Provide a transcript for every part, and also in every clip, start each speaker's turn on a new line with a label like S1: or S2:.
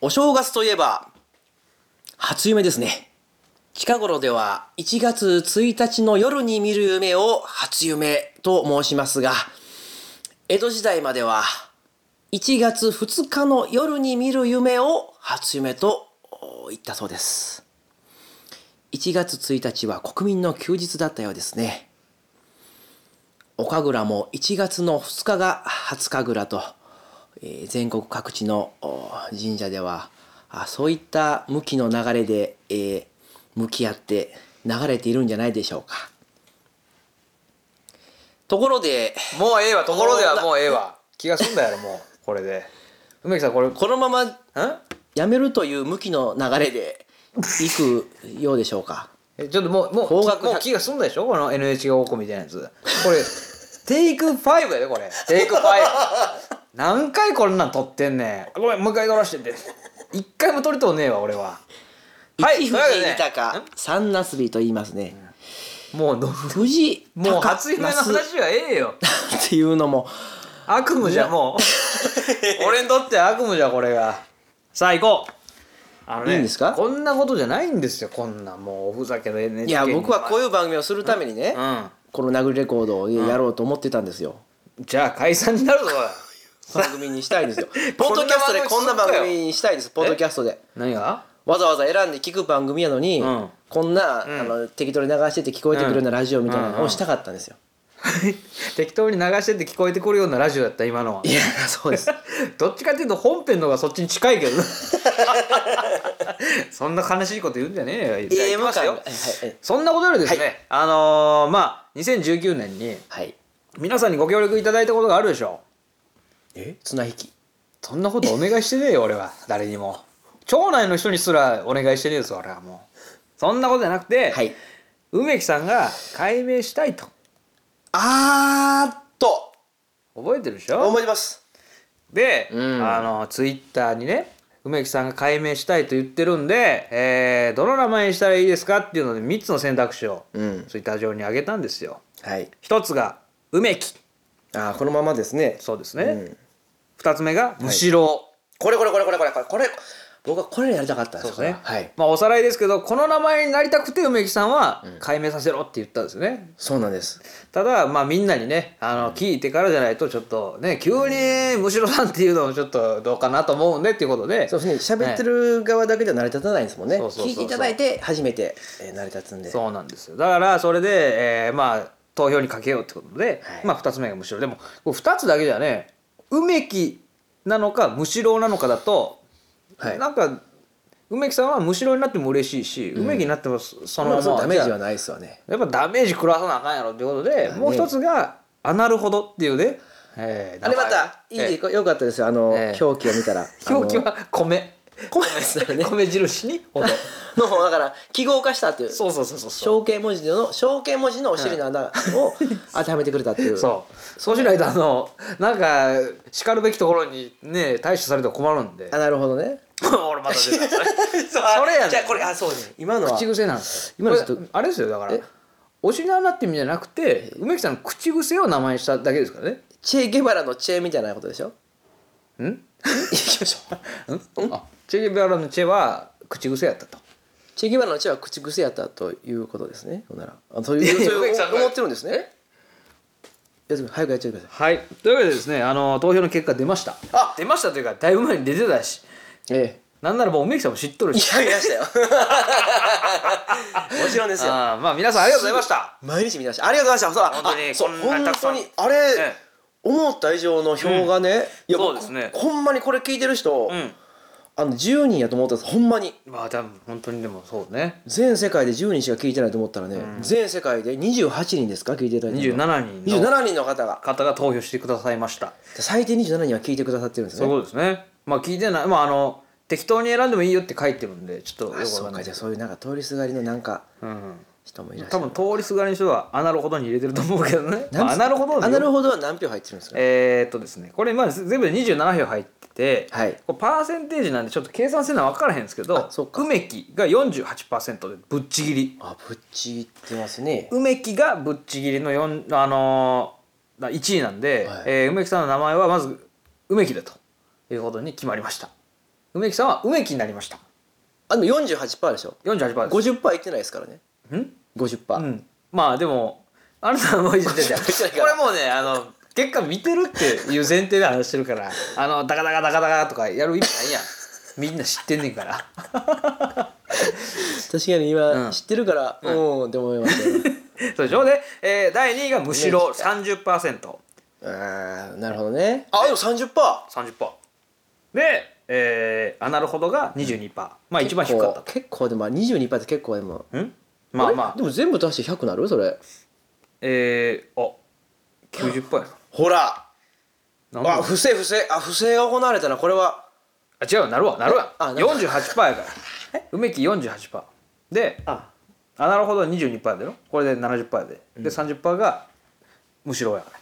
S1: お正月といえば、初夢ですね。近頃では1月1日の夜に見る夢を初夢と申しますが、江戸時代までは1月2日の夜に見る夢を初夢と言ったそうです。1月1日は国民の休日だったようですね。岡倉も1月の2日が初神楽と、えー全国各地のお神社ではあそういった向きの流れで、えー向き合って流れているんじゃないでしょうか。ところで
S2: もうええわところではもうええわ気がすんだやろもうこれで梅木さんこれん
S1: このままやめるという向きの流れでいくようでしょうか。
S2: えちょっともうもう
S1: 方角
S2: もう気がすんだでしょこの NHK おこみたいなやつこ れテイク5やでこれテイク5 何回こんなん撮ってんねんごめんもう一回撮らしてって一回も撮りとうねえわ俺ははい
S1: 一
S2: というわけ
S1: 藤
S2: で
S1: 井
S2: ね
S1: 豊、三なすびと言いますね。
S2: もうど
S1: 藤井
S2: もう
S1: 高
S2: 初夢の話はええよ
S1: 那須っていうのも
S2: 悪夢じゃ もう俺にとっては悪夢じゃこれがさあ行こうあの
S1: いいんですか
S2: こんなことじゃないんですよこんなもうおふざけで NHK
S1: いや僕はこう
S2: い
S1: いう番組をするためにね、
S2: う
S1: この殴りレコードをやろうと思ってたんですよ。
S2: んじゃあ解散にな るぞおい。
S1: 番組にしたいんですよ ポッドキャストでこ
S2: こん
S1: ん
S2: な
S1: な
S2: 番組
S1: 番組にしたいです。ポッドキャストで。
S2: 何が
S1: わざわざ選んで聞く番組やのに、
S2: うん
S1: こんな、
S2: うん
S1: あの適当に流してて聞こえてくるようなラジオみたいな
S2: うん
S1: のをしたかったんですよ。
S2: 適当に流してて聞こえてくるようなラジオだった今のはい
S1: やそう です。
S2: どっちかっていうと本編の方がそっちに近いけどな そんな悲しいこと言うんじゃねえよじゃあ行き
S1: AM
S2: ます
S1: 感
S2: よ
S1: はいはい
S2: そんなことよりですね、
S1: は
S2: あのーまあ2019年に
S1: はい。
S2: 皆さんにご協力いただいたことがあるでしょ
S1: え綱引き。
S2: そんなことお願いしてねえよ俺は誰にも町内の人にすらお願いしてねえです俺はもうそんなことじゃなくて、
S1: はい。
S2: 梅木さんが解明したいと
S1: あーっと
S2: 覚えてるでしょ
S1: 思います。
S2: で、
S1: うん
S2: あのツイッターにね梅木さんが解明したいと言ってるんで、えーどの名前にしたらいいですかっていうので3つの選択肢を
S1: うん。
S2: ツイッター上に上げたんですよ
S1: はい。
S2: 1つが梅木
S1: あーこのままですね。
S2: そうですね、
S1: うん
S2: 2つ目がむしろ、
S1: これこれこれこれこれこれこれ僕はこれやりたかったんです
S2: そうですね
S1: これははい。
S2: まあおさらいですけどこの名前になりたくて梅木さんは解明させろって言ったんですよね、
S1: そうなんです。
S2: ただまあみんなにねあの聞いてからじゃないとちょっとね急にむしろさんっていうのもちょっとどうかなと思うんでっていうことで
S1: そうですね。喋ってる側だけでは成り立たないんですもんね。
S2: そうそうそう
S1: 聞いていただいて初めてえー成り立つんで。
S2: そうなんですよだからそれで、えーまあ投票にかけようってことで、
S1: はい
S2: まあ2つ目がむしろでもこれ2つだけじゃね梅木なのかむしろなのかだと、
S1: はい
S2: なんか梅木さんはむしろになっても嬉しいし、梅木になってもそその
S1: ま
S2: ま
S1: あ
S2: ま
S1: そのダメージはないですよね。
S2: やっぱダメージ食らわさなあかんやろってことで、
S1: ね
S2: もう一つが「あなるほど」っていうね、えー
S1: あれま
S2: 名前
S1: たいい
S2: え
S1: でよかったですよあの
S2: ええ
S1: 表記を見 たら。
S2: ー表記
S1: あ
S2: は米
S1: の米ですからね。
S2: 米印にほど
S1: のだから記号化したっていう。
S2: そうそうそうそうそう
S1: 象形文字の象形文字のお尻の穴を当てはめてくれたっていう。
S2: そうそうしないとあのなんか叱るべきところにね対処されても困るんで
S1: あなるほどね。
S2: 俺また出たそれ
S1: そ
S2: それやねん
S1: あそうね。今のは
S2: 口癖なんですよ
S1: 今のちょっと
S2: これあれですよだから
S1: え
S2: お尻の穴って意味じゃなくて梅木さんの口癖を名前にしただけですからね
S1: チェゲバラのチェみたいなことでしょ。
S2: んん
S1: 行きましょう。
S2: あチェゲベラのチェは口癖やったと
S1: チェゲバラのチェは口癖やったということですね。ほんなら、あそうい、
S2: いやいうや
S1: そう
S2: 植木
S1: い
S2: さん
S1: う
S2: が
S1: 思ってるんですね。やつ早くやっちゃってください。
S2: はい、というわけでですね、あの投票の結果出ました。
S1: あ
S2: 出ましたというか、だいぶ前に出てたし、
S1: え
S2: なんならもう梅木さんも知っとる
S1: え。い
S2: し。
S1: や、見ましたよ。もちろんですよ。
S2: あーまあ、皆さんありがとうございました。
S1: 毎日見てました。ありがとうございました。そう
S2: 本当に
S1: あそう
S2: こんなに
S1: 本
S2: たくさ
S1: 当
S2: ん
S1: に、あれ、
S2: ええ
S1: 思った以上の票がね、いや
S2: そうですね
S1: 僕ほんまにこれ聞いてる人、
S2: ん、
S1: あの10人やと思ったんです。ほんまに。
S2: まあ、多分本当にでもそうね。
S1: 全世界で10人しか聞いてないと思ったらね、全世界で28人ですか聞いていただいてるの。
S2: 27人の
S1: 27人の方が
S2: 方が投票してくださいました。
S1: 最低27人は聞いてくださってるんです
S2: そう
S1: ね
S2: いうことですね。まあ、聞いてない、まあ、あの適当に選んでもいいよって書いてるんで、ちょっと
S1: あ
S2: よく
S1: そ
S2: わか
S1: うん
S2: な
S1: か
S2: い
S1: じゃあ
S2: です。
S1: そういうなんか通りすがりのなんか
S2: うん、
S1: 人もいらっしゃ
S2: 多
S1: る
S2: 分通りすがりの人は、アナロほどに入れてると思うけどね。まあ、アナロほど。
S1: アナルほどは何票入ってるんですか
S2: えー、っとですねこれまあ全部で27票入ってて、
S1: はい
S2: これパーセンテージなんでちょっと計算せな分からへんですけど
S1: あそうか
S2: 梅木が48%でぶっちぎり
S1: あぶっちぎってますね
S2: 梅木がぶっちぎりの、四あのーだ1位なんで、
S1: はい
S2: えー梅木さんの名前はまず梅木だということに決まりました梅木さんは梅木になりました
S1: あでも48%でしょ
S2: 48%です
S1: 50%いってないですからね
S2: ん
S1: 50%、
S2: うんまあでもあなたはもういじってんじゃん こ
S1: 一緒だから
S2: れもうねあの結果見てるっていう前提で話してる からあのダカダカダカダカとかやる意味ない やんみんな知ってんねんから
S1: 確かに
S2: うん
S1: 今知ってるからうん、って思いました よ
S2: そうでしょで、えー第2位がむしろ 30%30%
S1: ああなるほどねあでも 30%!
S2: で、えー、アナルほどが22%まあ一番低かったと
S1: 結構結構でも22%って結構でも
S2: んま
S1: れ
S2: あまあ
S1: でも全部出して100なるそれ
S2: えー、あ90%や
S1: ほら
S2: ななんだ
S1: あ不正不正あ不正が行われたなこれは
S2: あ違うよなるわなるわ
S1: あなる
S2: 48%やから梅木48%で
S1: あ
S2: あなるほど22%だよこれで70%やで、で30%がむしろやから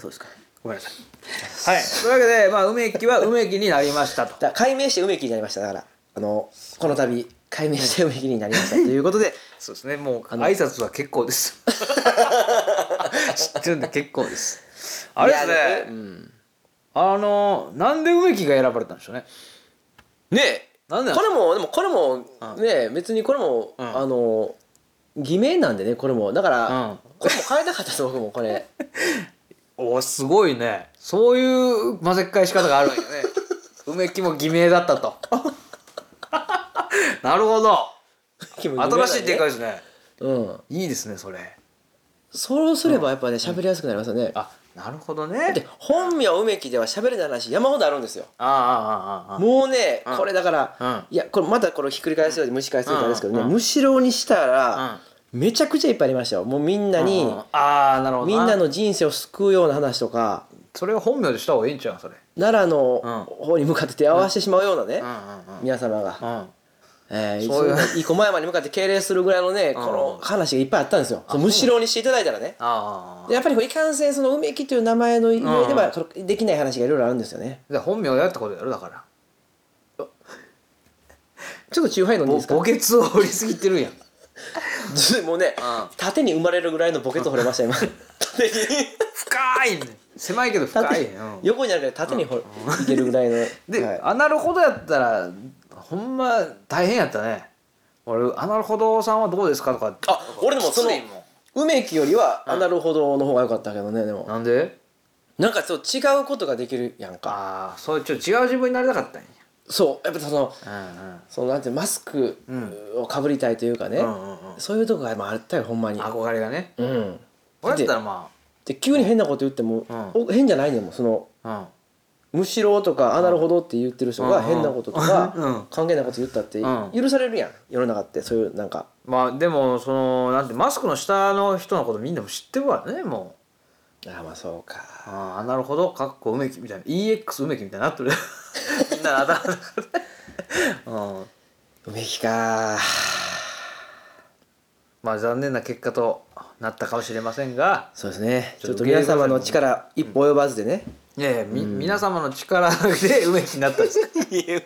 S1: そうですか
S2: ごめんなさ いはいというわけで、まあ、梅木は梅木になりましたと
S1: だから解明して梅木になりましただからあのこの度解明して梅木になりましたということで
S2: そうですねもう
S1: の
S2: 挨拶は結構です 知ってるんで結構ですあれです
S1: いや
S2: ね
S1: うん
S2: あのなんで梅木が選ばれたんでしょうね
S1: ね
S2: なんでなん
S1: こ
S2: で
S1: れもでもこれも
S2: うん
S1: ね別にこれも、
S2: うん
S1: あの偽名なんでねこれもだから、
S2: うん
S1: これも変えたかったです僕もこ れ
S2: おすごいねそういう混ぜっ返し方があるん よね梅木も偽名だった となるほど新しい展開ですね
S1: うん
S2: いいですねそれ
S1: そうすればやっぱね喋りやすくなりますよね、
S2: あなるほどね
S1: で本名梅木では喋れない話山ほどあるんですよ
S2: あああああああ
S1: もうね
S2: うん
S1: これだから、
S2: う
S1: いやこれまたこれひっくり返すようで蒸し返すようであれですけどね、
S2: うんうん
S1: むしろにしたら、めちゃくちゃいっぱいありましたよもうみんなに、
S2: うんうんああなるほど
S1: みんなの人生を救うような話とか
S2: それを本名でした方がいいんちゃうそれ
S1: 奈良の方に向かって手を合わせてしまうようなね、
S2: うんうん
S1: 皆様が、
S2: うんうん
S1: えー、
S2: そういう
S1: いつも駒山に向かって敬礼するぐらいのね、この話がいっぱいあったんですよ。むしろにしていただいたらね。
S2: ああ
S1: でやっぱりこういかんせんその梅木という名前の上ではこれできない話がいろいろあるんですよね。
S2: じゃあ本名だよってことやろだから
S1: ちょっとチューハイ飲んでいい
S2: ぼ
S1: ですか
S2: 墓穴を掘りすぎてるやん
S1: もうね
S2: うん、
S1: 縦に生まれるぐらいのボケと掘れました今。縦に
S2: 深いね狭いけど深い、うん、
S1: 横にあるから縦に掘るいけるぐらいの。
S2: で、
S1: はい
S2: アナルほどやったらほんま大変やったね俺アナルほどさんはどうですかとか
S1: あ、俺でもその
S2: きついもん
S1: 梅木よりはアナルほどの方が良かったけどねでも。
S2: なんで
S1: なんかそう違うことができるやんか。
S2: ああそうちょっと違う自分になりたかったん
S1: そうやっぱその
S2: や
S1: そのなんていうのマスクをかぶりたいというかね。
S2: うんうんうんうん
S1: そういうとこがまああったよほんまに
S2: 憧れがね
S1: うん
S2: 俺やったらま
S1: で急に変なこと言っても、
S2: うん
S1: お変じゃないねんもんその
S2: あ
S1: むしろとかあなるほどって言ってる人
S2: う
S1: が
S2: ん
S1: 変なこととか、
S2: うん
S1: 関係ないこと言ったって
S2: うん
S1: 許されるやん世の中ってそういうなんか
S2: うんまあでもそのなんてマスクの下の人のことみんなも知ってるからねもう
S1: ああまあそうか
S2: ああなるほどかっこ梅木みたいな EX 梅木みたいになって るみんなの頭の中でうん
S1: 梅木か
S2: まあ残念な結果となったかもしれませんが
S1: そうですね
S2: ち
S1: ち
S2: ょ
S1: ょ
S2: っ
S1: っ
S2: と
S1: と
S2: 受け
S1: 皆
S2: 入れてくださ
S1: 様
S2: い
S1: の力一歩及ばずでね、
S2: いやいや、み皆様の力で梅木になったんですよ、うん
S1: いや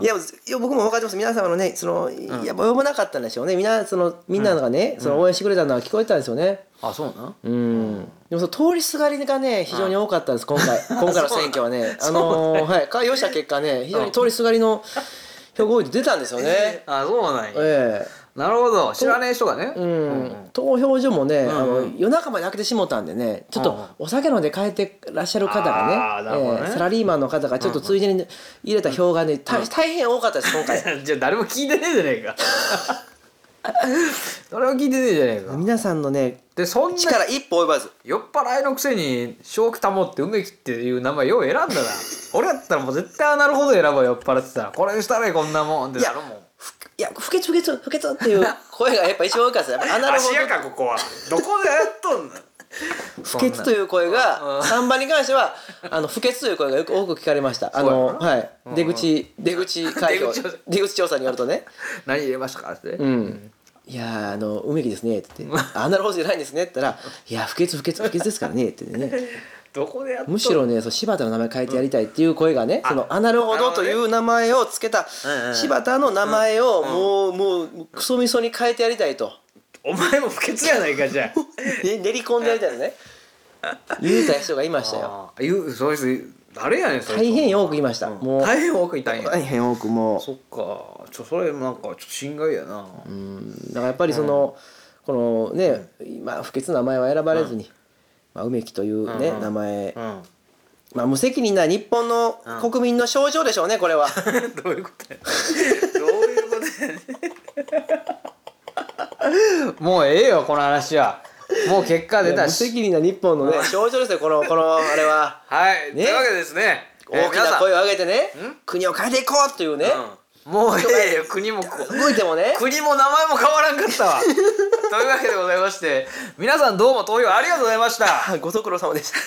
S1: いや僕も分かってます皆様のねその、いや及ばなかったんでしょうねみんなそのみんながね、その応援してくれたのは聞こえてたんですよね、
S2: あそうなん
S1: うんでもその通りすがりがね非常に多かったんです今回今回の選挙はねあのーはい開票した結果ね非常に通りすがりの票が多いって出たんですよね
S2: あそうなんや
S1: え
S2: なるほど知らねえ人がね
S1: えうん投票所もねあ
S2: うんう
S1: の夜中まで開けてしもたんでねちょっ
S2: うんうん
S1: とお酒飲んで帰ってらっしゃる方
S2: あーな
S1: が
S2: るほど
S1: ね
S2: ね
S1: ええサラリーマンの方がちょっとついでに入れた票がね大大変多かったです今 回
S2: じゃあ誰も聞いてねえじゃねえ か誰も聞いてねえじゃねえか
S1: 皆さんのね
S2: でそんな
S1: 力一歩及ばず
S2: 酔っ払いのくせに正気保って梅木っていう名前よう選ん だな俺やったらもう絶対あなるほど選ば酔っ払ってたらこれしたらこんなもんってなるもん
S1: ふいや不潔不潔不潔っていう 声がやっぱ一番多かったです やっぱアナログ
S2: 芦屋かここはどこでやっとんの
S1: 不潔という声
S2: うん
S1: が3番に関してはあの不潔という声がよく多く聞かれましたあ
S2: そうや
S1: の
S2: な
S1: はい出口出口 開票
S2: 出口調査
S1: 出口調査によるとね
S2: 何入れましたかって、
S1: うんいやーあの梅木ですねって言って「あんなるほどじゃないんですね」って言 ったら「いや不潔不潔不潔ですからね」って 言ってね
S2: どこでやっとんの
S1: むしろねそう柴田の名前変えてやりたいっていう声がねその「あなるほど」という名前をつけた
S2: うんうん
S1: 柴田の名前をもうもうクソみそに変えてやりたいと
S2: お前も不潔やないかじゃあ
S1: ね練り込んでやりたいのね言うた人がいましたよ。
S2: ああいうそうです誰やねんそれ
S1: 大変多くいました、もう
S2: 大変多くいたんや
S1: 大変多くもう
S2: そっかちょそれなんかちょっと心外やな
S1: うんだからやっぱりその、このね、まあ不潔な名前は選ばれずに、まあ、梅木というね、
S2: うんうん
S1: 名前、
S2: うん
S1: まあ、無責任な日本の
S2: うん
S1: 国民の象徴でしょうねこ れは
S2: どういうことやどういうことやねんもうええよこの話はもう結果出た
S1: 無
S2: し
S1: 責任な日本のね象徴ですよこのこのあれは
S2: はい、
S1: ね
S2: というわけでですね
S1: 大きな声を上げてね国を変えていこうというね
S2: え、ー皆さんうんもうえ えよ国もこ
S1: 動いてもね
S2: 国も名前も変わらんかったわ というわけでございまして皆さんどうも投票ありがとうございまし た
S1: あご苦労様でした